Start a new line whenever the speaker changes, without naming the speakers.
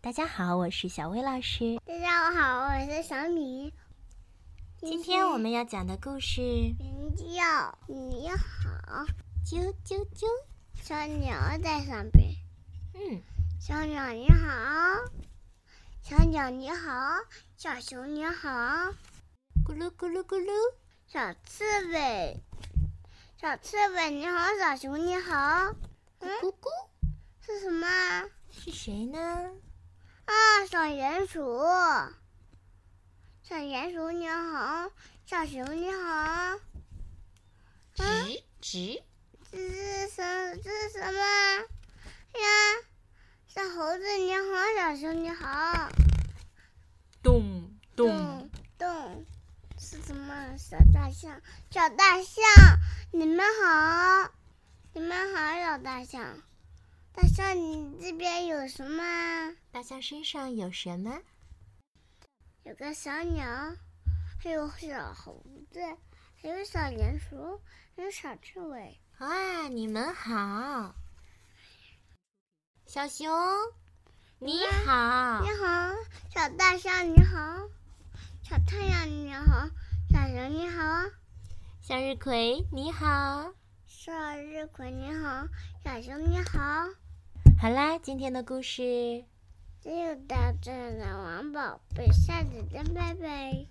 大家好，我是小薇老师。
大家好，我是小米。
今天我们要讲的故事《
名叫你好，
啾啾啾》。
小鸟在上边。
嗯，
小鸟你好，小鸟你好，小熊你好，
咕噜咕噜咕噜，
小刺猬，小刺猬你好，小熊你好，
咕咕咕，
是什么啊？
是谁呢？
啊，小鼹鼠，小鼹鼠你好，小熊你好，
吱吱，
这是什这是什么啊？哎呀，小猴子你好，小熊你好，
咚
动动是什么？小大象，小大象你们好，你们好，小大象，大象你这边有什么啊？
大象身上有什么？
有个小鸟，还有小猴子，还有小鼹鼠，还有小刺猬。
哇，啊你们好。小熊，你好
你。好，小大象你好，小太阳你好，小熊你好，
向日葵，你好。
向日葵你好，小熊你好。
好啦，今天的故事
这就到这了，王宝贝，下次见，拜拜。